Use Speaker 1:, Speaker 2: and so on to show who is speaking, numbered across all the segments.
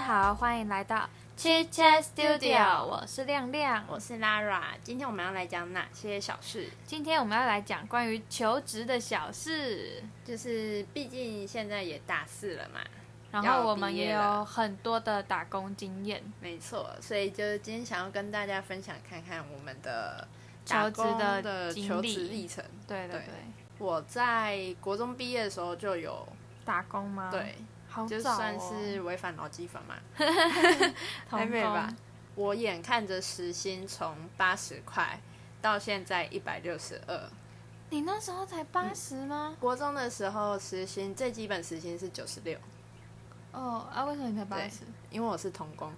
Speaker 1: 好，欢迎来到 Chit Chat Studio，我是亮亮。
Speaker 2: 我是 Lara，今天我们要来讲哪些小事？
Speaker 1: 今天我们要来讲关于求职的小事，
Speaker 2: 就是毕竟现在也大四了嘛，
Speaker 1: 然
Speaker 2: 要
Speaker 1: 后我们
Speaker 2: 毕
Speaker 1: 也
Speaker 2: 业了
Speaker 1: 有很多的打工经验，
Speaker 2: 没错，所以就是今天想要跟大家分享看看我们的
Speaker 1: 求职
Speaker 2: 打
Speaker 1: 的
Speaker 2: 工的
Speaker 1: 经
Speaker 2: 求
Speaker 1: 历
Speaker 2: 职历程。
Speaker 1: 对对对
Speaker 2: 对，我在国中毕业的时候就有，
Speaker 1: 打工吗？，
Speaker 2: 对，
Speaker 1: 好
Speaker 2: 就
Speaker 1: 早、哦，
Speaker 2: 算是违反劳基法嘛。
Speaker 1: 童
Speaker 2: 还没
Speaker 1: 工
Speaker 2: 吧我眼看着时薪从八十块到现在一百六十二，
Speaker 1: 你那时候才八十吗？
Speaker 2: 国中的时候时薪最基本时薪是九十六，
Speaker 1: 哦啊，为什么你才八
Speaker 2: 嗯对
Speaker 1: 十？
Speaker 2: 因为我是童工。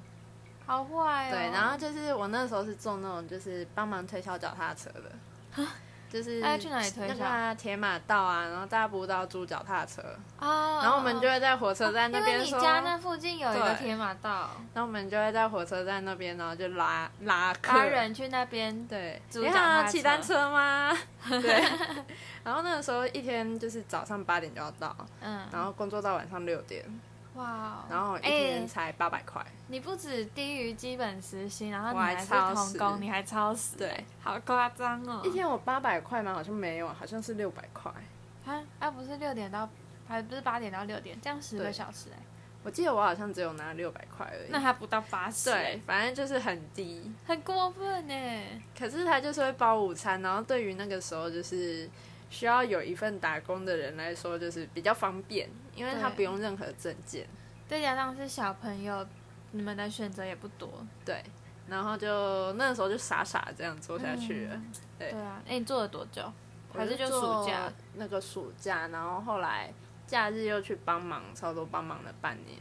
Speaker 1: 好坏哦。
Speaker 2: 对，然后就是我那时候是做那种就是帮忙推销脚踏车的，就是
Speaker 1: 那要去哪里推销
Speaker 2: 那个啊铁马道啊，然后大步道租脚踏车，
Speaker 1: 哦，
Speaker 2: 然后我们就
Speaker 1: 哦
Speaker 2: 会在火车站那
Speaker 1: 因为
Speaker 2: 边
Speaker 1: 你
Speaker 2: 说，
Speaker 1: 家那附近有一个
Speaker 2: 对
Speaker 1: 铁马道，
Speaker 2: 然后我们就会在火车站那边，然后就拉拉客
Speaker 1: 拉人去那边
Speaker 2: 对，
Speaker 1: 租
Speaker 2: 你
Speaker 1: 脚踏
Speaker 2: 好，
Speaker 1: 车
Speaker 2: 骑单 车吗？对，然后那个时候一天就是早上八点就要到，
Speaker 1: 嗯，
Speaker 2: 然后工作到晚上六点，
Speaker 1: 哇哦，
Speaker 2: 然后一
Speaker 1: 哎
Speaker 2: 天才八百块，
Speaker 1: 你不止低于基本时薪，然后你
Speaker 2: 我还
Speaker 1: 是
Speaker 2: 超
Speaker 1: 童
Speaker 2: 时
Speaker 1: 工，你还超时，
Speaker 2: 对，
Speaker 1: 好夸张哦！
Speaker 2: 一天我八百块吗？好像没有，好像是六百块。
Speaker 1: 啊啊，不是六点到，还不是八点到六点，这样十个
Speaker 2: 对
Speaker 1: 小时哎、
Speaker 2: 我记得我好像只有拿六百块而已。
Speaker 1: 那还不到八十、欸
Speaker 2: 对，，反正就是很低。
Speaker 1: 很过分哎、
Speaker 2: 可是他就是会包午餐，然后对于那个时候就是需要有一份打工的人来说，就是比较方便，因为他
Speaker 1: 对
Speaker 2: 不用任何证件。
Speaker 1: 再加上是小朋友，你们的选择也不多。
Speaker 2: 对，然后就那时候就傻傻这样做下去了。对
Speaker 1: 对啊，哎、你做了多久？
Speaker 2: 我
Speaker 1: 还是就暑假
Speaker 2: 嗯做那个暑假，然后后来假日又去帮忙，差不多帮忙了半年。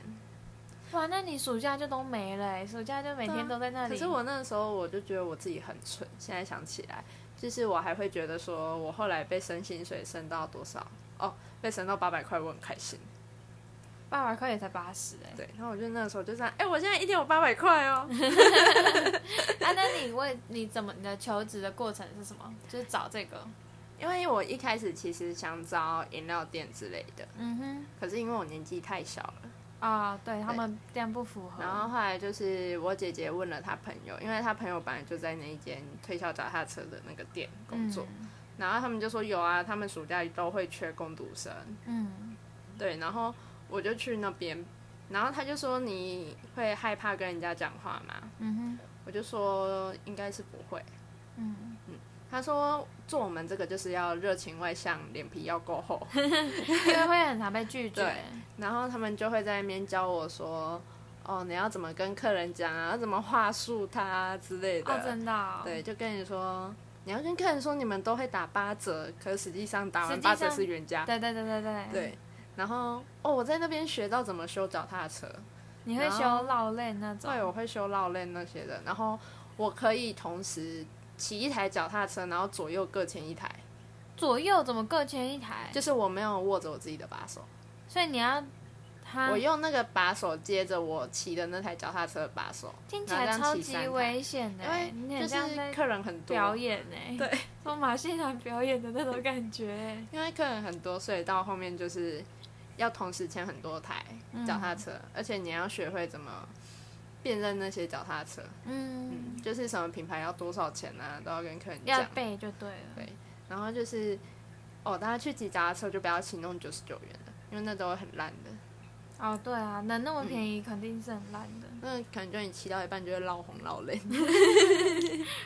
Speaker 1: 哇，那你暑假就都没了、欸，暑假就每天都在那里。
Speaker 2: 啊可是我那时候我就觉得我自己很蠢，现在想起来，就是我还会觉得说，我后来被升薪水升到多少？哦，被升到八百块，我很开心。
Speaker 1: 八百块也才八十哎，
Speaker 2: 对，然后我就那时候就这样，哎、我现在一天有八百块哦。
Speaker 1: 啊，那你为你怎么你的求职的过程是什么？就是找这个，
Speaker 2: 因为我一开始其实想找饮料店之类的，
Speaker 1: 嗯哼，
Speaker 2: 可是因为我年纪太小了，
Speaker 1: 啊、对他们这样不符合。
Speaker 2: 然后后来就是我姐姐问了她朋友，因为她朋友本来就在那一间推销脚踏车的那个店工作，
Speaker 1: 嗯
Speaker 2: 然后他们就说有啊，他们暑假都会缺工读生，
Speaker 1: 嗯，
Speaker 2: 对，然后我就去那边，然后他就说你会害怕跟人家讲话吗？
Speaker 1: 嗯
Speaker 2: 我就说应该是不会。
Speaker 1: 哼，嗯，
Speaker 2: 他说做我们这个就是要热情外向，脸皮要够厚。
Speaker 1: 因为会很常被拒绝。
Speaker 2: 对然后他们就会在那边教我说，哦，你要怎么跟客人讲啊，要怎么话术他、啊、之类的。
Speaker 1: 哦，真的、哦。，
Speaker 2: 对，就跟你说。你要跟客人说你们都会打八折，可是实际上打
Speaker 1: 实
Speaker 2: 完
Speaker 1: 际
Speaker 2: 八折
Speaker 1: 上
Speaker 2: 是原价。
Speaker 1: 对对对对对。，
Speaker 2: 对，然后哦，我在那边学到怎么修脚踏车，
Speaker 1: 你会修绕链那种。
Speaker 2: 对，我会修绕链那些的，然后我可以同时骑一台脚踏车，然后左右各牵一台，
Speaker 1: 左右怎么各牵一台？
Speaker 2: 就是我没有握着我自己的把手，
Speaker 1: 所以你要它
Speaker 2: 我用那个把手接着我骑的那台脚踏车的把手，
Speaker 1: 听起
Speaker 2: 然后这
Speaker 1: 来
Speaker 2: 样
Speaker 1: 超
Speaker 2: 骑
Speaker 1: 级
Speaker 2: 三台
Speaker 1: 危险的、欸
Speaker 2: 因为
Speaker 1: 你很
Speaker 2: 就
Speaker 1: 像
Speaker 2: 是
Speaker 1: 在
Speaker 2: 客人很
Speaker 1: 表
Speaker 2: 多，
Speaker 1: 演呢、欸。
Speaker 2: 对，
Speaker 1: 说马戏团表演的那种感觉、 欸。
Speaker 2: 因为客人很多，所以到后面就是要同时牵很多台脚踏车，
Speaker 1: 嗯
Speaker 2: 而且你要学会怎么辨认那些脚踏车，
Speaker 1: 嗯，
Speaker 2: 就是什么品牌要多少钱啊，都要跟客人讲
Speaker 1: 要。背就对了。
Speaker 2: 对然后就是，哦，大家去骑脚踏车就不要骑那种九十九元的，因为那都很烂的，
Speaker 1: 哦，对啊，能那么便
Speaker 2: 嗯
Speaker 1: 宜，肯定是很烂的。
Speaker 2: 那可能就你骑到一半就会闹红闹累。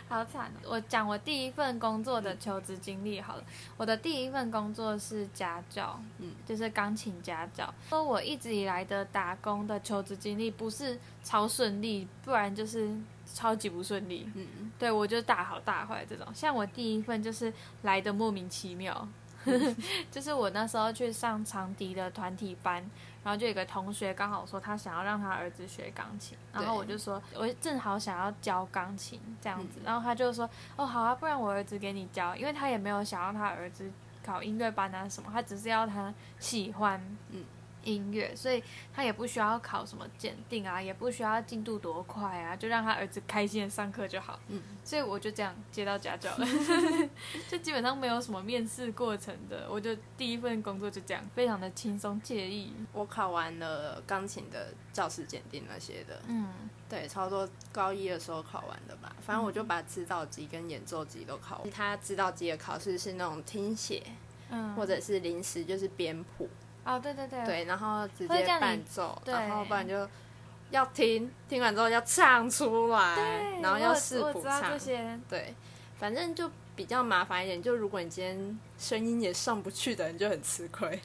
Speaker 1: 好惨、哦！我讲我第一份工作
Speaker 2: 嗯
Speaker 1: 的求职经历好了。我的第一份工作是家教，
Speaker 2: 嗯，
Speaker 1: 就是钢琴家教。说我一直以来的打工的求职经历不是超顺利，不然就是超级不顺利。
Speaker 2: 嗯，
Speaker 1: 对我就大好大坏这种。像我第一份就是来的莫名其妙，
Speaker 2: 嗯
Speaker 1: 就是我那时候去上长笛的团体班，然后就有个同学刚好说他想要让他儿子学钢琴，然后
Speaker 2: 对
Speaker 1: 我就说我正好想要教钢琴这样
Speaker 2: 嗯
Speaker 1: 子，然后他就说哦好啊，不然我儿子给你教，因为他也没有想要他儿子考音乐班啊什么，他只是要他喜欢
Speaker 2: 嗯
Speaker 1: 音乐，所以他也不需要考什么检定啊，也不需要进度多快啊，就让他儿子开心的上课就好。
Speaker 2: 嗯，
Speaker 1: 所以我就这样接到家 教了，就基本上没有什么面试过程的，我就第一份工作就这样，非常的轻松惬意。
Speaker 2: 我考完了钢琴的教师检定那些的，
Speaker 1: 嗯，
Speaker 2: 对，差不多高一的时候考完的吧。反正我就把指导级跟演奏级都考完。他指导级的考试是那种听写，
Speaker 1: 嗯
Speaker 2: 或者是临时就是编谱，
Speaker 1: 哦，对对对，
Speaker 2: 对，然后直
Speaker 1: 会
Speaker 2: 接
Speaker 1: 叫你
Speaker 2: 伴奏，
Speaker 1: 对
Speaker 2: 然后不然就要听，听完之后要唱出来，
Speaker 1: 对，
Speaker 2: 然后要
Speaker 1: 我
Speaker 2: 试
Speaker 1: 我
Speaker 2: 谱
Speaker 1: 知道
Speaker 2: 唱
Speaker 1: 这，些，
Speaker 2: 对，反正就比较麻烦一点。就如果你今天声音也上不去的人就很吃亏，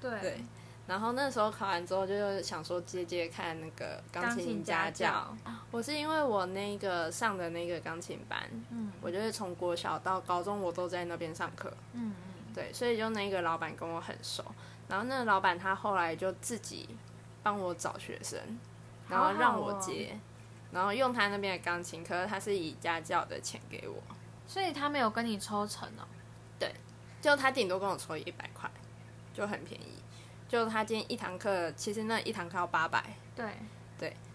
Speaker 1: 对
Speaker 2: 对。然后那时候考完之后，就想说接接看那个钢琴家教。，我是因为我那个上的那个钢琴班，
Speaker 1: 嗯
Speaker 2: 我就是从国小到高中我都在那边上课，
Speaker 1: 嗯
Speaker 2: 对，所以就那个老板跟我很熟。然后那个老板他后来就自己帮我找学生，然后让我接，然后用他那边的钢琴，可是他是以家教的钱给我，
Speaker 1: 嗯，所以他没有跟你抽成哦，
Speaker 2: 就他顶多跟我抽一百块，就很便宜。就他今天一堂课，其实那一堂课要八百，
Speaker 1: 对。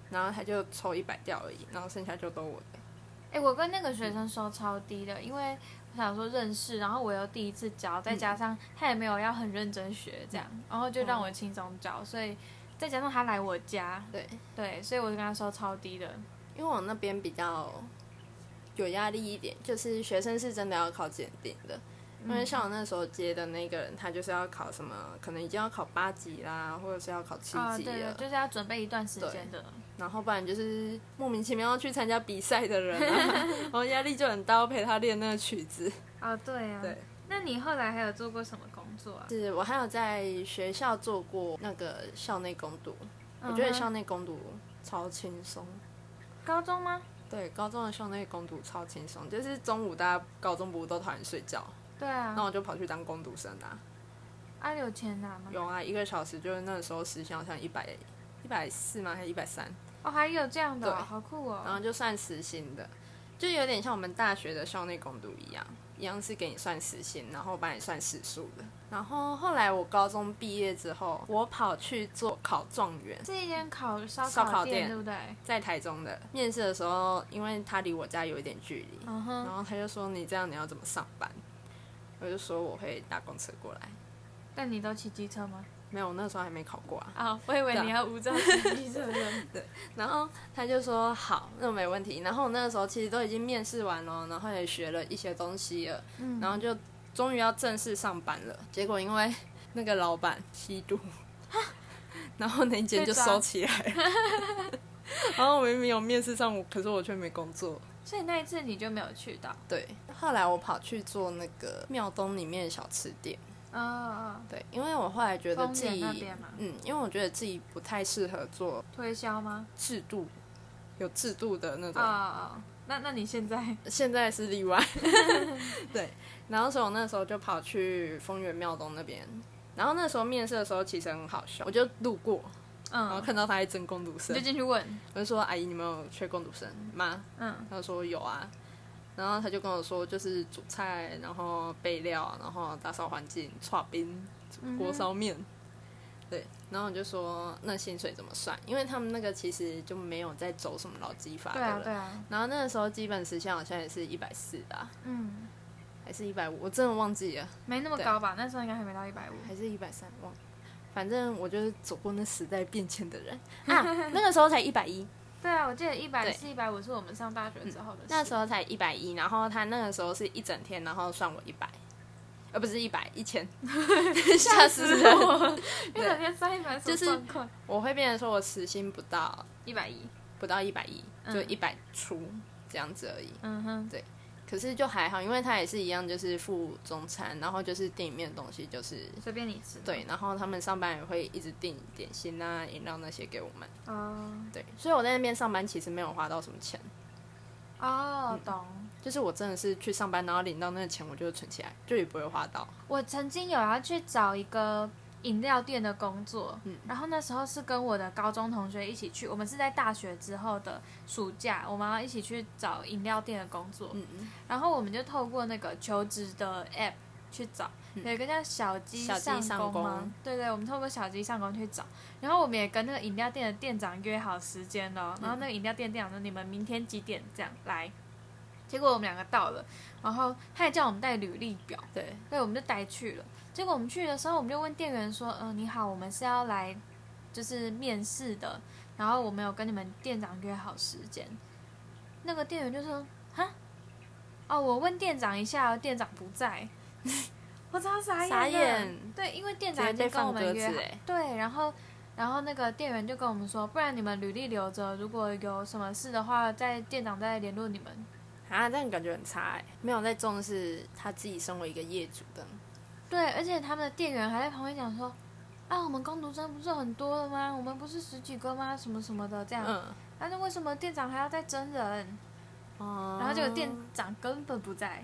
Speaker 2: 然后他就抽一百掉而已，然后剩下就都我的。
Speaker 1: 哎、我跟那个学生收超低的，因为我想说认识，然后我又第一次教，
Speaker 2: 嗯
Speaker 1: 再加上他也没有要很认真学这样，然后就
Speaker 2: 嗯
Speaker 1: 让我轻松教，所以再加上他来我家，
Speaker 2: 对，
Speaker 1: 对，所以我就跟他收超低的。
Speaker 2: 因为我那边比较有压力一点，就是学生是真的要考检定的。因为像我那时候接的那个人，他就是要考什么，可能已经要考八级啦，或者是要考七级了，
Speaker 1: 啊，对对，就是要准备一段时间的。
Speaker 2: 然后不然就是莫名其妙要去参加比赛的人、啊， 然后压力就很大，我陪他练那个曲子。
Speaker 1: 啊，对啊。
Speaker 2: 哦对。
Speaker 1: 那你后来还有做过什么工作啊？
Speaker 2: 是我还有在学校做过那个校内攻读，我觉得
Speaker 1: 嗯哼
Speaker 2: 校内攻读超轻松。
Speaker 1: 高中吗？
Speaker 2: 对，高中的校内攻读超轻松，就是中午大家高中不都讨厌睡觉，
Speaker 1: 对啊
Speaker 2: 那。我就跑去当工读生啊。
Speaker 1: 啊，有钱拿吗？
Speaker 2: 有啊，一个小时就是那时候时薪好像一百一百四吗？还是一百三？
Speaker 1: 哦，还有这样的哦、
Speaker 2: 对
Speaker 1: 好酷
Speaker 2: 然后
Speaker 1: 哦。
Speaker 2: 就算时薪的，就有点像我们大学的校内攻读一样，一样是给你算时薪，然后帮你算时数的。然后后来我高中毕业之后，我跑去做考状元，
Speaker 1: 是一间烤烧
Speaker 2: 烧烤
Speaker 1: 店，
Speaker 2: 店
Speaker 1: 对不对？
Speaker 2: 在台中的面试的时候，因为他离我家有一点距离，
Speaker 1: 嗯
Speaker 2: 然
Speaker 1: 哼。
Speaker 2: 后他就说你这样你要怎么上班？我就说我会搭公车过来。
Speaker 1: 但你都骑机车吗？
Speaker 2: 没有，我那时候还没考过啊。
Speaker 1: 啊、我以为
Speaker 2: 对啊
Speaker 1: 你要无照骑机车的。
Speaker 2: 然后他就说好，那没问题。然后我那个时候其实都已经面试完了，然后也学了一些东西了，
Speaker 1: 嗯
Speaker 2: 然后就终于要正式上班了。结果因为那个老板吸毒，然后那间就收起来 了。然后我明明有面试上，我可是我却没工作。
Speaker 1: 所以那一次你就没有去到。
Speaker 2: 对，后来我跑去做那个庙东里面的小吃店。
Speaker 1: 哦哦，
Speaker 2: 对，因为我后来觉得
Speaker 1: 丰
Speaker 2: 自
Speaker 1: 原
Speaker 2: 己
Speaker 1: 那边嘛，
Speaker 2: 嗯，因为我觉得自己不太适合做
Speaker 1: 推销吗？
Speaker 2: 制度有制度的那
Speaker 1: 哦
Speaker 2: 种
Speaker 1: 哦，那那你现在
Speaker 2: 现在是 例外。对，然后所以我那时候就跑去丰原庙东那边，然后那时候面试的时候其实很好笑，我就路过，然后
Speaker 1: 嗯，
Speaker 2: 看到他在争工读
Speaker 1: 你
Speaker 2: 生
Speaker 1: 就，进去问，
Speaker 2: 我就说：“阿姨，你们有缺工读生吗
Speaker 1: 嗯？”，
Speaker 2: 他说：“有啊。”然后他就跟我说，就是煮菜，然后备料，然后打扫环境、炒冰、
Speaker 1: 嗯
Speaker 2: 锅烧面。对，然后我就说那薪水怎么算？因为他们那个其实就没有在走什么劳基法的
Speaker 1: 对
Speaker 2: 了。
Speaker 1: 啊对啊，
Speaker 2: 然后那个时候基本时薪好像也是一百四的啊、
Speaker 1: 嗯，
Speaker 2: 还是一百五，我真的忘记了，
Speaker 1: 没那么
Speaker 2: 对
Speaker 1: 高吧？那时候应该还没到一百五。
Speaker 2: 还是一百三，忘了。反正我就是走过那时代变迁的人 啊，那个时候才一百一，
Speaker 1: 对啊，我记得一百
Speaker 2: 对嗯
Speaker 1: 四、一百五是我们上大学之后的事。
Speaker 2: 那时候才一百一，然后他那个时候是一整天，然后算我一百，呃，不是一百，一千， 吓死我！
Speaker 1: 我，因为整天上一百什么
Speaker 2: 就是
Speaker 1: 状况？
Speaker 2: 我会变成说我时薪不到
Speaker 1: 一百一，
Speaker 2: 不到一百一，
Speaker 1: 嗯
Speaker 2: 就一百出这样子而已。
Speaker 1: 嗯哼，
Speaker 2: 可是就还好，因为他也是一样，就是付中餐，然后就是店里面的东西就是
Speaker 1: 随便你吃。
Speaker 2: 对，然后他们上班也会一直订点心啊、饮料那些给我们。
Speaker 1: 哦
Speaker 2: 对，所以我在那边上班其实没有花到什么钱，
Speaker 1: 哦，懂。
Speaker 2: 就是我真的是去上班，然后领到那个钱，我就存起来，就也不会花到。
Speaker 1: 我曾经有要去找一个饮料店的工作，
Speaker 2: 嗯
Speaker 1: 然后那时候是跟我的高中同学一起去，我们是在大学之后的暑假，我们要一起去找饮料店的工作，
Speaker 2: 嗯，
Speaker 1: 然后我们就透过那个求职的 app，去找，有一个叫小鸡
Speaker 2: 嗯小鸡
Speaker 1: 上
Speaker 2: 上
Speaker 1: 工吗？
Speaker 2: 工
Speaker 1: 对对，我们透过小鸡上工去找，然后我们也跟那个饮料店的店长约好时间了，
Speaker 2: 嗯
Speaker 1: 然后那个饮料店店长说你们明天几点这样来，结果我们两个到了，然后他也叫我们带履历表，
Speaker 2: 对，
Speaker 1: 对，我们就带去了。结果我们去的时候，我们就问店员说：“嗯、你好，我们是要来就是面试的，然后我们有跟你们店长约好时间。”那个店员就说：“哈，哦，我问店长一下哦，店长不在。” 我超傻眼的。
Speaker 2: 傻眼
Speaker 1: 对，因为店
Speaker 2: 直
Speaker 1: 长
Speaker 2: 接
Speaker 1: 已经
Speaker 2: 被
Speaker 1: 跟我
Speaker 2: 放
Speaker 1: 们
Speaker 2: 鸽
Speaker 1: 约
Speaker 2: 子
Speaker 1: 好。
Speaker 2: 哎，
Speaker 1: 对，然后然后那个店员就跟我们说：“不然你们履历留着，如果有什么事的话，再店长再联络你们。”
Speaker 2: 啊，这样感觉很差哎，没有在重视他自己身为一个业主的，
Speaker 1: 对，而且他们的店员还在旁边讲说：“啊，我们工读生不是很多了吗？我们不是十几个吗？什么什么的这样。
Speaker 2: 嗯，
Speaker 1: 啊，那为什么店长还要再真人？
Speaker 2: 哦，
Speaker 1: 然后这个店长根本不在，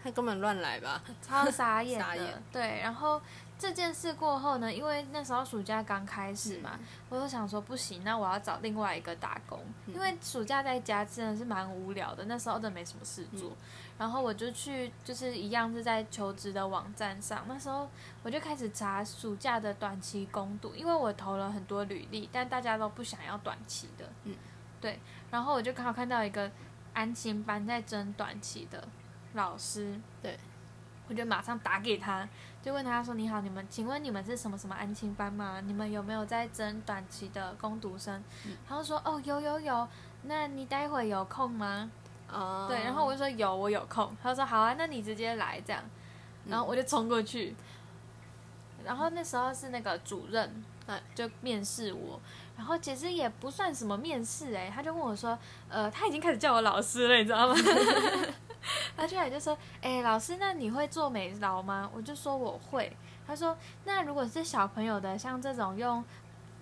Speaker 2: 他根本乱来吧，
Speaker 1: 超傻眼的。
Speaker 2: 傻眼
Speaker 1: 对，然后这件事过后呢，因为那时候暑假刚开始嘛，我就想说不行，那我要找另外一个打工，
Speaker 2: 嗯
Speaker 1: 因为暑假在家真的是蛮无聊的，那时候真的没什么事
Speaker 2: 嗯
Speaker 1: 做。然后我就去，就是一样是在求职的网站上，那时候我就开始查暑假的短期工读，因为我投了很多履历，但大家都不想要短期的。
Speaker 2: 嗯，
Speaker 1: 对。然后我就刚好看到一个安心班在争短期的老师，
Speaker 2: 对，
Speaker 1: 我就马上打给他，就问他说：“你好，你们请问你们是什么什么安亲班吗？你们有没有在争短期的工读生？”他就说：“哦，有有有，那你待会有空吗？”
Speaker 2: 哦，
Speaker 1: 对，然后我就说：“有，我有空。”他说：“好啊，那你直接来这样。”
Speaker 2: 嗯
Speaker 1: 然后我就冲过去，然后那时候是那个主任，
Speaker 2: 对
Speaker 1: 就面试我。然后其实也不算什么面试哎、他就问我说，呃，他已经开始叫我老师了，你知道 吗？他居然就说，哎、老师，那你会做美劳吗？我就说我会。他说，那如果是小朋友的，像这种用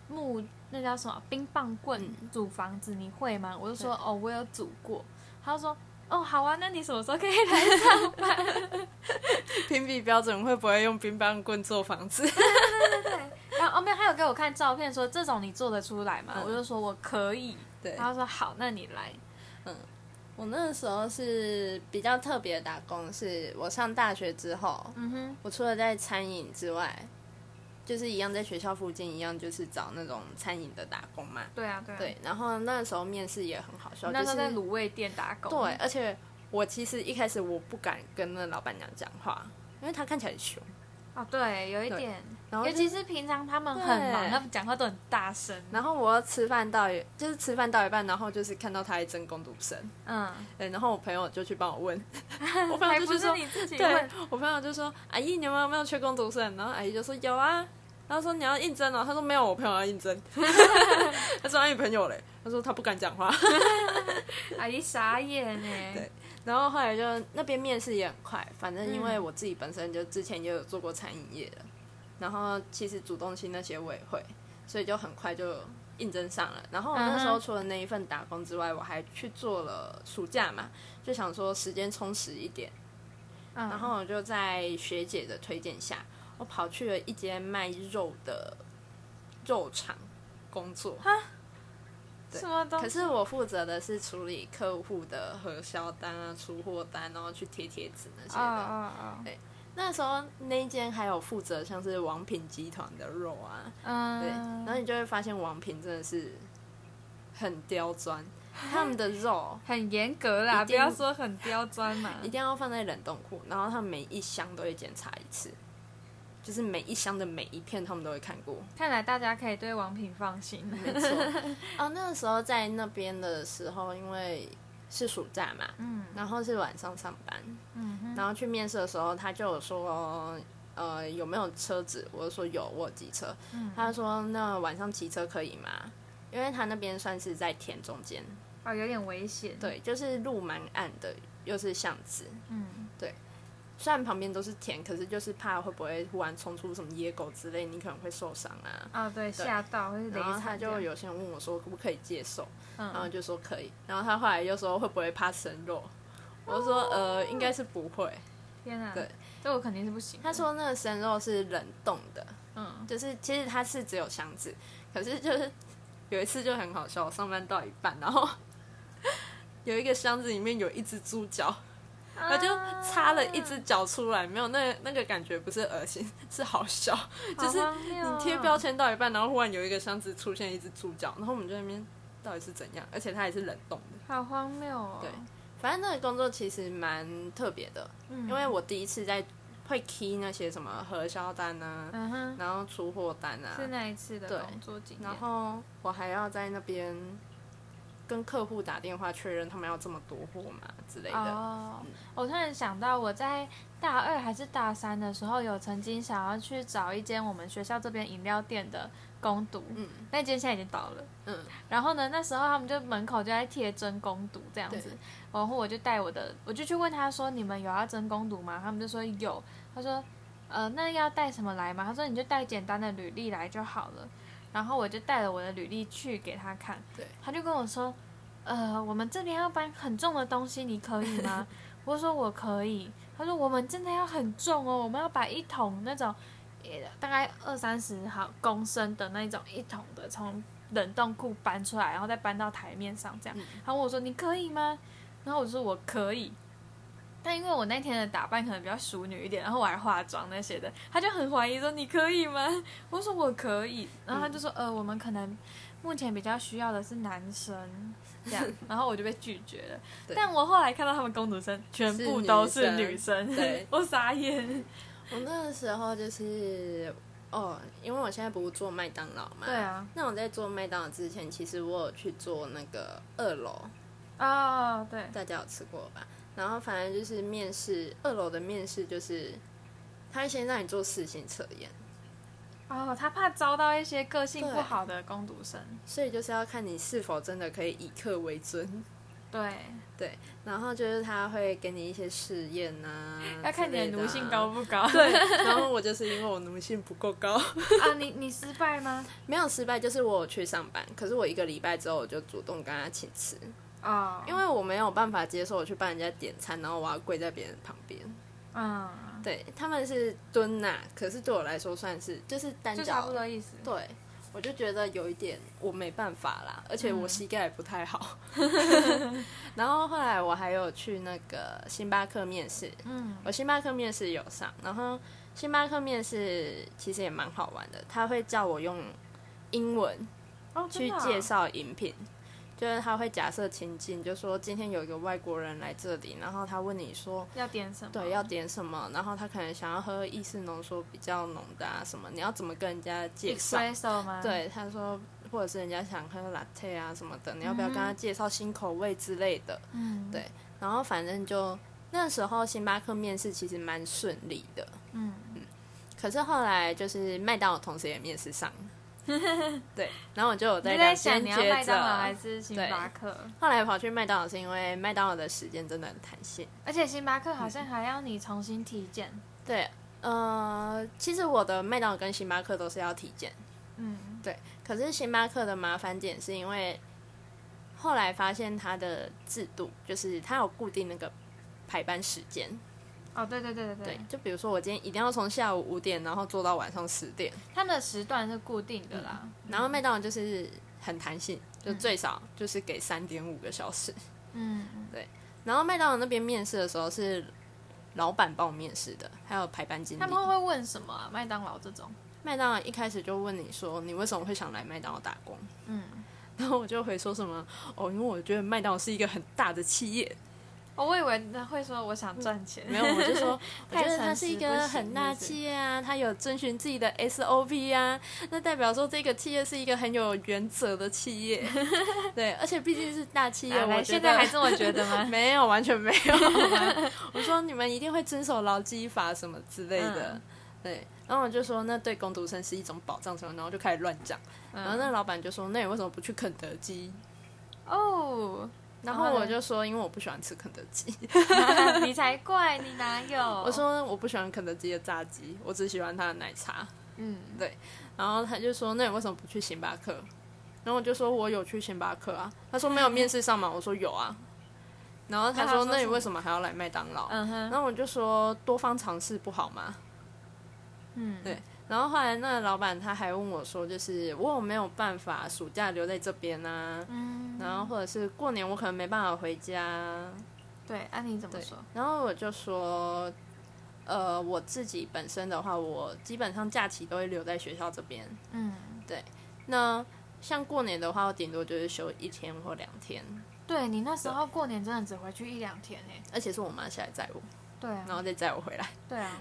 Speaker 1: 木那叫什么冰棒棍
Speaker 2: 嗯
Speaker 1: 组房子，你会吗？我就说，
Speaker 2: 对
Speaker 1: 哦，我有组过。他就说，哦，好啊，那你什么时候可以来上班？
Speaker 2: 评比标准会不会用冰棒棍做房子？
Speaker 1: 然 后哦没有，他有给我看照片说这种你做得出来吗？
Speaker 2: 嗯
Speaker 1: 我就说我可以，
Speaker 2: 对
Speaker 1: 他就说好，那你来。
Speaker 2: 我那个时候是比较特别的打工，是我上大学之后，
Speaker 1: 嗯哼，
Speaker 2: 我除了在餐饮之外，就是一样在学校附近一样，就是找那种餐饮的打工嘛。
Speaker 1: 对啊，对啊。
Speaker 2: 对，然后那个时候面试也很好笑，
Speaker 1: 那时候在
Speaker 2: 就是
Speaker 1: 卤味店打工。
Speaker 2: 对，，而且我其实一开始我不敢跟那老板娘讲话，因为她看起来很凶。
Speaker 1: 哦对，有一
Speaker 2: 对
Speaker 1: 点，
Speaker 2: 然后
Speaker 1: 尤
Speaker 2: 就
Speaker 1: 其是平常他们很忙，
Speaker 2: 对
Speaker 1: 他们讲话都很大声。
Speaker 2: 然后我要吃饭到一，就是吃饭到一半，然后就是看到她一阵攻读生，
Speaker 1: 嗯，
Speaker 2: 对，然后我朋友就去帮 我问，我朋
Speaker 1: 还
Speaker 2: 友
Speaker 1: 不
Speaker 2: 就是说，
Speaker 1: 你自己
Speaker 2: 对
Speaker 1: 问。
Speaker 2: 我朋友就说：“阿姨，你们有没有缺工读生？”然后阿姨就说：“有啊。”然后说：“你要应征哦。”他说：“没有，我朋友要应征。” 他说：“阿姨朋友嘞？”他说：“他不敢讲话。
Speaker 1: 阿姨傻眼哎
Speaker 2: 对。”然后后来就那边面试也很快，反正因为
Speaker 1: 嗯
Speaker 2: 我自己本身就之前也有做过餐饮业的，然后其实主动性那些我也会，所以就很快就应征上了。然后我那
Speaker 1: 嗯
Speaker 2: 时
Speaker 1: 哼
Speaker 2: 候除了那一份打工之外，我还去做了暑假嘛，就想说时间充实一点。
Speaker 1: 嗯，
Speaker 2: 然后我就在学姐的推荐下，我跑去了一间卖肉的肉厂工作。对
Speaker 1: 什么东
Speaker 2: 可
Speaker 1: 西？
Speaker 2: 是我负责的是处理客户的 核销单啊、出货单，然后去贴贴纸那些
Speaker 1: 哦
Speaker 2: 的。
Speaker 1: 哦哦，
Speaker 2: 那时候那一间还有负责像是王品集团的肉啊，对，
Speaker 1: 嗯，
Speaker 2: 然后你就会发现王品真的是很刁钻，他们的肉
Speaker 1: 很严格啦，
Speaker 2: 一
Speaker 1: 不
Speaker 2: 定
Speaker 1: 要说很刁钻嘛。
Speaker 2: 一定要放在冷冻库，然后他们每一箱都会检查一次，就是每一箱的每一片他们都会看过。
Speaker 1: 看来大家可以对王品放心。
Speaker 2: 没错。哦，那个时候在那边的时候，因为是暑假嘛，
Speaker 1: 嗯
Speaker 2: 然后是晚上上班，
Speaker 1: 嗯哼，
Speaker 2: 然后去面试的时候，他就有说，呃，有没有车子？我就说有，我有机车。
Speaker 1: 嗯
Speaker 2: 他就说那晚上骑车可以吗？因为他那边算是在田中间，
Speaker 1: 哦，有点危险。，
Speaker 2: 对，就是路蛮暗的，又是巷子，
Speaker 1: 嗯，
Speaker 2: 虽然旁边都是田，可是就是怕会不会忽然冲出什么野狗之类，你可能会受伤啊。
Speaker 1: 哦对，吓到会雷
Speaker 2: 然后他
Speaker 1: 惨这
Speaker 2: 就
Speaker 1: 样。
Speaker 2: 有先问我说可不可以接受，然后
Speaker 1: 嗯，
Speaker 2: 就说可以，然后他后来又说会不会怕生肉，我就说呃应该是不会。
Speaker 1: 天哪，
Speaker 2: 对，
Speaker 1: 这我肯定是不行的。
Speaker 2: 他说那个生肉是冷冻的，
Speaker 1: 嗯，
Speaker 2: 就是其实它是只有箱子，可是就是有一次就很好 笑，我上班到一半，然后有一个箱子里面有一只猪脚，
Speaker 1: 啊
Speaker 2: 他就插了一只脚出来，没有那那个感觉不是恶心， 是好笑，就是
Speaker 1: 哦
Speaker 2: 你贴标签到一半，然后忽然有一个箱子出现一只猪脚，然后我们就在那边到底是怎样，而且它也是冷冻的。
Speaker 1: 好荒谬哦！
Speaker 2: 对反正那个工作其实蛮特别的，
Speaker 1: 嗯
Speaker 2: 因为我第一次在会 key 那些什么核销单啊，
Speaker 1: 嗯哼，
Speaker 2: 然后出货单啊，
Speaker 1: 是那一次
Speaker 2: 对
Speaker 1: 的工作经验。
Speaker 2: 然后我还要在那边跟客户打电话确认他们要这么多货嘛之类的。
Speaker 1: 哦，我突然想到，我在大二还是大三的时候，有曾经想要去找一间我们学校这边饮料店的攻读，
Speaker 2: 嗯
Speaker 1: 那间现在已经倒了。
Speaker 2: 嗯，
Speaker 1: 然后呢，那时候他们就门口就在贴真攻读这样子
Speaker 2: 对，
Speaker 1: 然后我就带我的，我就去问他说：“你们有要真攻读吗？”他们就说有。他说：“呃，那要带什么来吗？”他说：“你就带简单的履历来就好了。”然后我就带了我的履历去给他看，
Speaker 2: 对，
Speaker 1: 他就跟我说：“呃，我们这边要搬很重的东西，你可以吗？”我说：“我可以。”他说：“我们真的要很重哦，我们要把一桶那种。”呃大概二三十毫公升的那种一桶的，从冷冻库搬出来，然后再搬到台面上这样。
Speaker 2: 嗯
Speaker 1: 然后我说你可以吗？然后我说我可以，但因为我那天的打扮可能比较淑女一点，然后我还化妆那些的，他就很怀疑说你可以吗？我说我可以，然后他就说、呃我们可能目前比较需要的是男生这样，然后我就被拒绝了。
Speaker 2: 对
Speaker 1: 但我后来看到他们工读生全部都是女生，
Speaker 2: 对
Speaker 1: 我傻眼。
Speaker 2: 我那时候就是哦，因为我现在不是做麦当劳嘛，
Speaker 1: 对啊，
Speaker 2: 那我在做麦当劳之前，其实我有去做那个二楼，
Speaker 1: 嗯哦，对，
Speaker 2: 大家有吃过吧？然后反正就是面试，二楼的面试就是他会先让你做事情测验，
Speaker 1: 哦，他怕招到一些个性
Speaker 2: 对
Speaker 1: 不好的工读生。
Speaker 2: 所以就是要看你是否真的可以以客为尊。
Speaker 1: 对，
Speaker 2: 然后就是他会给你一些试验啊 呐、
Speaker 1: 要看你的奴性高
Speaker 2: 不
Speaker 1: 不高。
Speaker 2: 对。然后我就是因为我奴性不够高，
Speaker 1: 啊，你你失败吗？
Speaker 2: 没有失败，就是我有去上班。可是我一个礼拜之后，我就主动跟他请辞，
Speaker 1: 哦，
Speaker 2: 因为我没有办法接受我去帮人家点餐，然后我要跪在别人旁边。
Speaker 1: 嗯，
Speaker 2: 对，他们是蹲呐、可是对我来说算是就是单
Speaker 1: 就
Speaker 2: 脚，
Speaker 1: 差不多意思。
Speaker 2: 对，我就觉得有一点我没办法啦，而且我膝盖也不太好。然后后来我还有去那个星巴克面试，
Speaker 1: 嗯，
Speaker 2: 我星巴克面试有上，然后星巴克面试其实也蛮好玩的，他会叫我用英文
Speaker 1: 哦，真
Speaker 2: 去
Speaker 1: 的啊
Speaker 2: 介。绍饮品。就是他会假设情境，就说今天有一个外国人来这里，然后他问你说，
Speaker 1: 要点什么？
Speaker 2: 对，要点什么，然后他可能想要喝意式浓缩比较浓的啊什么，你要怎么跟人家介绍？
Speaker 1: espresso 吗？，
Speaker 2: 对，他说，或者是人家想喝 latte 啊什么的，你要不要跟他
Speaker 1: 嗯
Speaker 2: 介绍新口味之类的？
Speaker 1: 嗯，
Speaker 2: 对然后反正就那时候星巴克面试其实蛮顺利的，
Speaker 1: 嗯，
Speaker 2: 可是后来就是麦当劳同时也面 试上了，对，然后我就有
Speaker 1: 你就
Speaker 2: 两
Speaker 1: 在想
Speaker 2: 间
Speaker 1: 你要麦
Speaker 2: 接
Speaker 1: 当劳还
Speaker 2: 着。
Speaker 1: 是星巴克？
Speaker 2: 后来跑去麦当劳是因为麦当劳的时间真的很弹性。
Speaker 1: 而且星巴克好
Speaker 2: 嗯
Speaker 1: 像还要你重新体检。
Speaker 2: 对，呃，其实我的麦当劳跟星巴克都是要体检，
Speaker 1: 嗯，
Speaker 2: 对，可是星巴克的麻烦点是因为后来发现它的制度就是它有固定那个排班时间，
Speaker 1: 哦，对对对对
Speaker 2: 对，就比如说我今天一定要从下午五点，然后做到晚上十点，
Speaker 1: 他们的时段是固定的啦。
Speaker 2: 然后麦当劳就是很弹性，就最少就是给三点五个小时，
Speaker 1: 嗯，嗯
Speaker 2: 然后麦当劳那边面试的时候是。老板帮我面试的，还有排班经理
Speaker 1: 他。们会问什么啊？麦当劳这种？
Speaker 2: 麦当劳一开始就问你说你为什么会想来麦当劳打工，
Speaker 1: 嗯，
Speaker 2: 然后我就回说什么哦，因为我觉得麦当劳是一个很大的企业，
Speaker 1: 哦我以为他会说我想赚钱。
Speaker 2: 没有，我就说，我觉
Speaker 1: 太
Speaker 2: 得
Speaker 1: 诚
Speaker 2: 他是一
Speaker 1: 实
Speaker 2: 个
Speaker 1: 不行
Speaker 2: 很大
Speaker 1: 是不是
Speaker 2: 企业啊，他有遵循自己的 SOP 啊，那代表说这个企业是一个很有原则的企 业，对，而且毕竟是大企业，
Speaker 1: 啊来
Speaker 2: 我觉
Speaker 1: 现
Speaker 2: 得
Speaker 1: 在还这么觉得吗？
Speaker 2: 没有，完全没 有。我说你们一定会遵守劳基法什么之类的，
Speaker 1: 嗯
Speaker 2: 对。然后我就说那对工读生是一种保障什么，然后就开始乱讲。
Speaker 1: 嗯
Speaker 2: 然后那老板就说那你为什么不去肯德基？
Speaker 1: 哦， 然
Speaker 2: 然后
Speaker 1: 后
Speaker 2: 我
Speaker 1: 嘞
Speaker 2: 就说因为我不喜欢吃肯德基。
Speaker 1: 你才怪，你哪有？
Speaker 2: 我，说我不喜欢肯德基的炸鸡，我只喜欢它的奶茶。
Speaker 1: 嗯，
Speaker 2: 然后他就说：“那你为什么不去星巴克？”然后我就说：“我有去星巴克啊。”他说：“没有面试上吗？”我说：“有啊。”然后他
Speaker 1: 那他说：“
Speaker 2: 说那你
Speaker 1: 什么
Speaker 2: 为什么还要来麦当劳？”
Speaker 1: 嗯哼，
Speaker 2: 然后我就说：“多方尝试不好吗
Speaker 1: 嗯，
Speaker 2: 对？”然后后来那个老板他还问我说：“就是我有没有办法暑假留在这边呢、啊？
Speaker 1: 嗯，
Speaker 2: 然后或者是过年我可能没办法回家，
Speaker 1: 对，安、妮怎么
Speaker 2: 对
Speaker 1: 说？
Speaker 2: 然后我就说，呃，我自己本身的话，我基本上假期都会留在学校这边。
Speaker 1: 嗯，
Speaker 2: 那像过年的话，我顶多就是休一天或两天，
Speaker 1: 对你那时候过年真的只回去一两天诶。
Speaker 2: 而且是我妈下来载我，
Speaker 1: 对
Speaker 2: 然
Speaker 1: 啊，
Speaker 2: 后再载我回来。
Speaker 1: 对啊，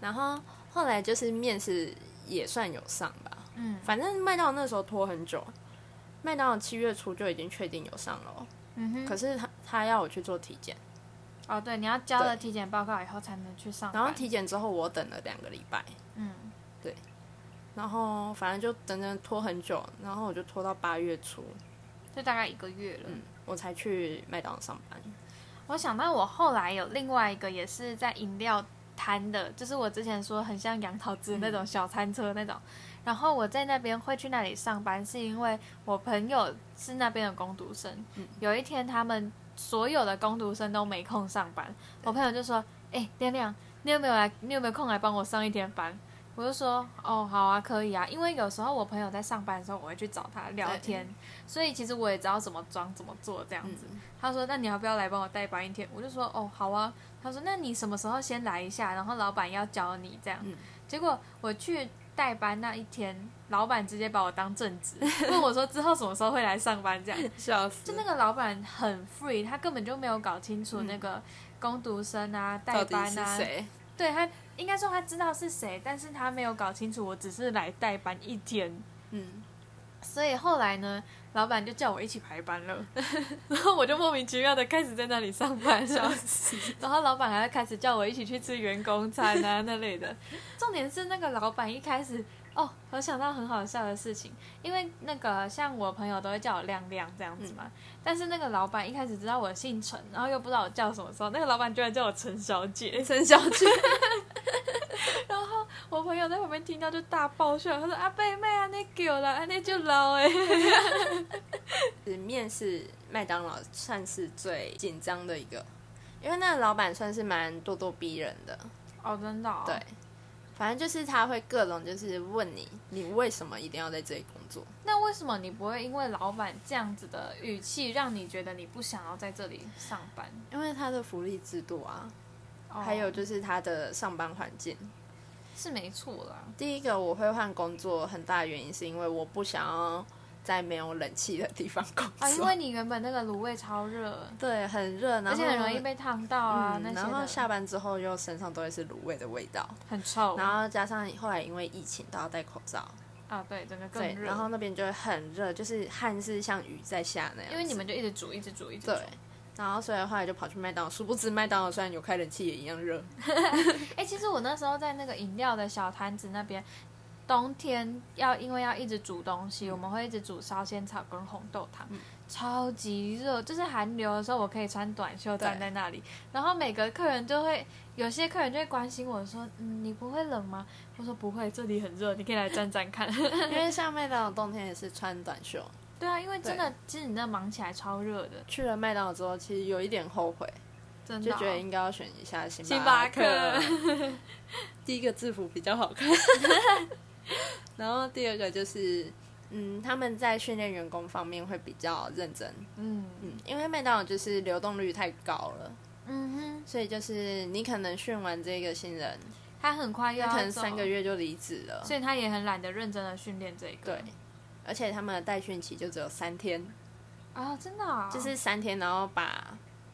Speaker 2: 然后后来就是面试也算有上吧，
Speaker 1: 嗯
Speaker 2: 反正麦当劳那时候拖很久，麦当劳七月初就已经确定有上了哦，
Speaker 1: 嗯哼。
Speaker 2: 可是他他要我去做体检，
Speaker 1: 哦，对，你要交了体检报告以后才能去上班。
Speaker 2: 然后体检之后我等了两个礼拜，
Speaker 1: 嗯，
Speaker 2: 然后反正就整整拖很久，然后我就拖到八月初，
Speaker 1: 就大概一个月了。
Speaker 2: 嗯，我才去麦当劳上班。
Speaker 1: 我想到我后来有另外一个也是在饮料摊的，就是我之前说很像杨桃汁的那种小餐车那种。然后我在那边会去那里上班，是因为我朋友是那边的工读生。有一天他们所有的工读生都没空上班，我朋友就说：“哎、亮亮，你有没有来？你有没有空来帮我上一天班？”我就说：“哦，好啊，可以啊。”因为有时候我朋友在上班的时候，我会去找他聊
Speaker 2: 对
Speaker 1: 天，所以其实我也知道怎么装、怎么做这样子。他说：“那你要不要来帮我代班一天？”我就说：“哦，好啊。”他说：“那你什么时候先来一下？然后老板要教你这样。
Speaker 2: 嗯
Speaker 1: 结果我去代班那一天，老板直接把我当正 职，问我说之后什么时候会来上班这样。
Speaker 2: 嗯笑死
Speaker 1: 就那个老板很 free，他根本就没有搞清楚那个工读生啊、代
Speaker 2: 嗯到底
Speaker 1: 班
Speaker 2: 是
Speaker 1: 啊，
Speaker 2: 谁？
Speaker 1: 对他应该说他知道是谁，但是他没有搞清楚，我只是来代班一天。
Speaker 2: 嗯，
Speaker 1: 所以后来呢，老板就叫我一起排班了， 然后我就莫名其妙的开始在那里上班 了。然后老板还会开始叫我一起去吃员工餐啊那类的。重点是那个老板一开始哦，我想到很好笑的事情，因为那个像我朋友都会叫我亮亮这样子
Speaker 2: 嗯
Speaker 1: 嘛，但是那个老板一开始知道我姓陈，然后又不知道我叫什么时候，那个老板居然叫我陈小姐。
Speaker 2: 陈小姐，
Speaker 1: 我朋友在旁边听到就大爆笑，他说：“阿贝妹啊，你给我了，啊那就老哎。”
Speaker 2: 面试麦当劳算是最紧张的一个，因为那个老板算是蛮咄咄逼人的，
Speaker 1: 哦，真的、哦。
Speaker 2: 对。反正就是他会各种就是问你，你为什么一定要在这里工作？
Speaker 1: 那为什么你不会因为老板这样子的语气，让你觉得你不想要在这里上班？
Speaker 2: 因为他的福利制度啊，
Speaker 1: 哦
Speaker 2: 还有就是他的上班环境。
Speaker 1: 是没错啦，
Speaker 2: 第一个我会换工作，很大的原因是因为我不想要在没有冷气的地方工作。
Speaker 1: 啊，因为你原本那个卤味超热，
Speaker 2: 哦对很热，然后
Speaker 1: 而且很容易被烫到啊，
Speaker 2: 嗯
Speaker 1: 那些
Speaker 2: 然
Speaker 1: 的
Speaker 2: 后下班之后又身上都会是卤味的味道，
Speaker 1: 很臭，
Speaker 2: 然后加上后来因为疫情都要戴口罩，
Speaker 1: 啊，对，整个更
Speaker 2: 对，
Speaker 1: 热。
Speaker 2: 然后那边就会很热，就是汗是像雨在下那样
Speaker 1: 因
Speaker 2: 子。
Speaker 1: 为你们就一直煮，一直煮，一直煮。
Speaker 2: 对，然后所以后来就跑去麦当劳，殊不知麦当劳虽然有开冷气也一样热。
Speaker 1: 哎、其实我那时候在那个饮料的小摊子那边，冬天要因为要一直煮东西，我们会一直煮烧仙草跟红豆汤，
Speaker 2: 嗯
Speaker 1: 超级热。就是寒流的时候，我可以穿短袖站
Speaker 2: 对
Speaker 1: 在那里，然后每个客人就会，有些客人就会关心我说：“嗯，你不会冷吗？”我说：“不会，这里很热，你可以来站站看。
Speaker 2: 因为像麦当劳冬天也是穿短袖，”
Speaker 1: 对啊，因为真的，其实你那忙起来超热的，
Speaker 2: 去了麦当劳之后，其实有一点后悔，
Speaker 1: 真
Speaker 2: 就
Speaker 1: 的哦、
Speaker 2: 觉得应该要选一下星
Speaker 1: 星巴
Speaker 2: 巴
Speaker 1: 克
Speaker 2: 第一个制服比较好看， 然后第二个就是，嗯，他们在训练员工方面会比较认真，
Speaker 1: 嗯
Speaker 2: 嗯，因为麦当劳就是流动率太高了，
Speaker 1: 嗯哼，
Speaker 2: 所以就是你可能训完这个新人，
Speaker 1: 他很快又
Speaker 2: 他
Speaker 1: 要
Speaker 2: 可能
Speaker 1: 走
Speaker 2: 三个，月就离职了，
Speaker 1: 所以他也很懒得认真的训练这个。
Speaker 2: 对，而且他们的代训期就只有三天，
Speaker 1: 啊、真的、哦，
Speaker 2: 就是三天，然后把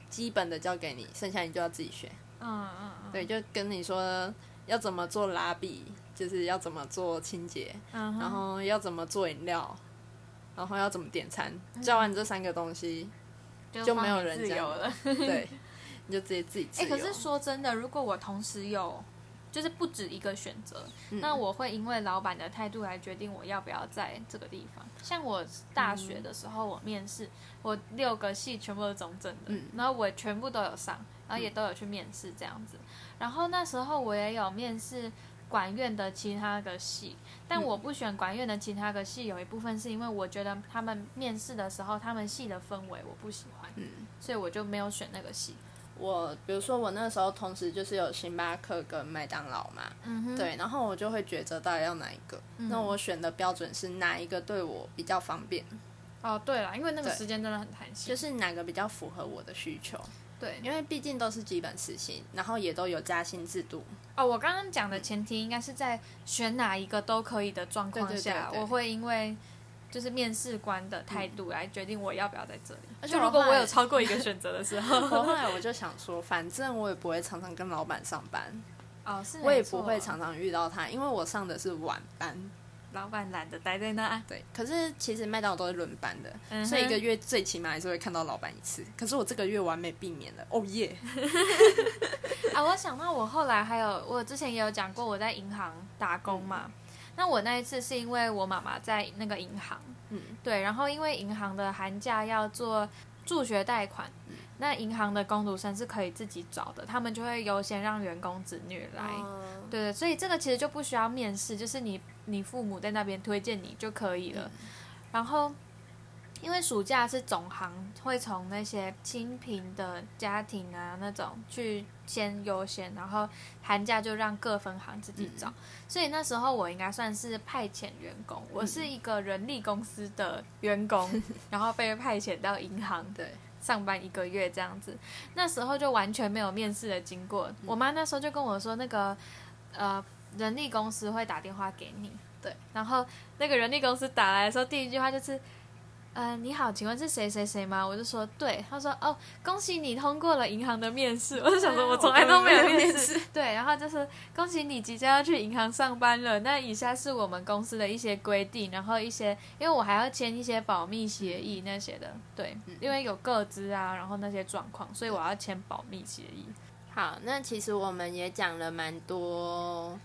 Speaker 2: 基本的交给你，剩下你就要自己学。
Speaker 1: 嗯嗯嗯，
Speaker 2: 对，就跟你说要怎么做拉比，就是要怎么做清洁，
Speaker 1: 嗯哼，
Speaker 2: 然后要怎么做饮料，然后要怎么点餐。教完这三个东 西，就没有
Speaker 1: 放你
Speaker 2: 人
Speaker 1: 自
Speaker 2: 这样
Speaker 1: 由了。
Speaker 2: 对，你就直接自己自
Speaker 1: 哎、
Speaker 2: 由。
Speaker 1: 可是说真的，如果我同时有就是不止一个选择，
Speaker 2: 嗯
Speaker 1: 那我会因为老板的态度来决定我要不要在这个地方。像我大学的时候，我面试，我六个系全部都是中正的，
Speaker 2: 嗯
Speaker 1: 然后我全部都有上，然后也都有去面试这样子。然后那时候我也有面试。管院的其他个系，
Speaker 2: 嗯
Speaker 1: 但我不选管院的其他个系，有一部分是因为我觉得他们面试的时候，他们系的氛围我不喜欢，
Speaker 2: 嗯
Speaker 1: 所以我就没有选那个系。
Speaker 2: 我比如说我那时候同时就是有星巴克跟麦当劳嘛，
Speaker 1: 嗯哼，
Speaker 2: 对，然后我就会抉择到底要哪一个。
Speaker 1: 嗯
Speaker 2: 那我选的标准是哪一个对我比较方便，
Speaker 1: 哦，对了，因为那个
Speaker 2: 对
Speaker 1: 时间真的很弹性。
Speaker 2: 就是哪个比较符合我的需求。
Speaker 1: 对，
Speaker 2: 因为毕竟都是基本实薪，然后也都有加薪制度。
Speaker 1: 哦，我刚刚讲的前提应该是在选哪一个都可以的状况
Speaker 2: 对对
Speaker 1: 下，
Speaker 2: 对对
Speaker 1: 我会因为就是面试官的态度来决定我要不要在这里。
Speaker 2: 而且
Speaker 1: 就
Speaker 2: 我
Speaker 1: 如果
Speaker 2: 后
Speaker 1: 我
Speaker 2: 来
Speaker 1: 有超过一个选择的 时候，
Speaker 2: 我后来我就想说，反正我也不会常常跟老板上班，
Speaker 1: 哦，是
Speaker 2: 我也
Speaker 1: 没错
Speaker 2: 不会常常遇到他，因为我上的是晚班。
Speaker 1: 老板懒得待在那，
Speaker 2: 对，可是其实麦当劳都是轮班的，
Speaker 1: 嗯哼
Speaker 2: 嗯所以一个月最起码还是会看到老板一次。可是我这个月完美避免了，哦耶！
Speaker 1: 啊，我想到我后来还有，我之前也有讲过我在银行打工嘛。那我那一次是因为我妈妈在那个银行，
Speaker 2: 嗯，
Speaker 1: 对，然后因为银行的寒假要做助学贷款，那银行的工读生是可以自己找的，他们就会优先让员工子女来。
Speaker 2: 嗯
Speaker 1: 对对，所以这个其实就不需要面试，就是你你父母在那边推荐你就可以了。然后，因为暑假是总行会从那些清贫的家庭啊那种去先优先，然后寒假就让各分行自己找。
Speaker 2: 嗯
Speaker 1: 所以那时候我应该算是派遣员工，我是一个人力公司的员工， 然后被派遣到银行
Speaker 2: 对，
Speaker 1: 上班一个月这样子，那时候就完全没有面试的经过。
Speaker 2: 嗯
Speaker 1: 我妈那时候就跟我说，那个呃人力公司会打电话给你，
Speaker 2: 对，
Speaker 1: 然后那个人力公司打来的时候，第一句话就是。呃，你好，请问是谁谁谁吗？我就说对，他说哦，恭喜你通过了银行的面试。我就想说，
Speaker 2: 啊
Speaker 1: 我从来都没有
Speaker 2: 我都没有
Speaker 1: 面
Speaker 2: 面
Speaker 1: 试。对，然后就是恭喜你即将要去银行上班了。那以下是我们公司的一些规定，然后一些因为我还要签一些保密协议那些的，对，因为有个资啊，然后那些状况，所以我要签保密协议。
Speaker 2: 好，那其实我们也讲了蛮多，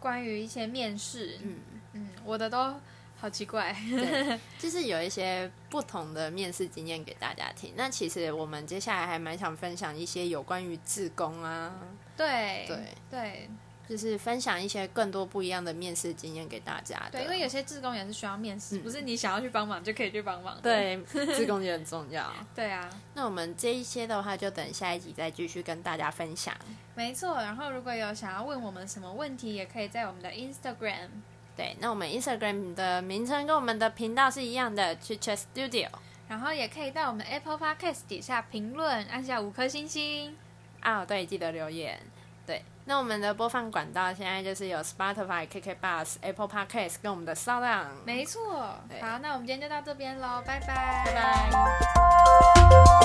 Speaker 1: 关于一些面试，
Speaker 2: 嗯，
Speaker 1: 嗯，我的都好奇怪，
Speaker 2: 对，就是有一些不同的面试经验给大家听。那其实我们接下来还蛮想分享一些有关于志工啊，
Speaker 1: 对
Speaker 2: 对
Speaker 1: 对
Speaker 2: 就是分享一些更多不一样的面试经验给大家的。
Speaker 1: 对，因为有些志工也是需要面试，不是你想要去帮忙就可以去帮忙的。
Speaker 2: 对志工也很重要。
Speaker 1: 对啊，
Speaker 2: 那我们这一些的话，就等下一集再继续跟大家分享。
Speaker 1: 没错。然后如果有想要问我们什么问题，也可以在我们的 Instagram。
Speaker 2: 对，那我们 Instagram 的名称跟我们的频道是一样的 c h i c h e Studio
Speaker 1: 然后也可以到我们 Apple Podcast 底下评论，按下五颗星星。
Speaker 2: 啊，对，记得留言。对，那我们的播放管道现在就是有 Spotify、KK Bus、Apple Podcast 跟我们的 s o u n d
Speaker 1: 没错，
Speaker 2: 对
Speaker 1: 好，那我们今天就到这边喽，拜
Speaker 2: 拜拜。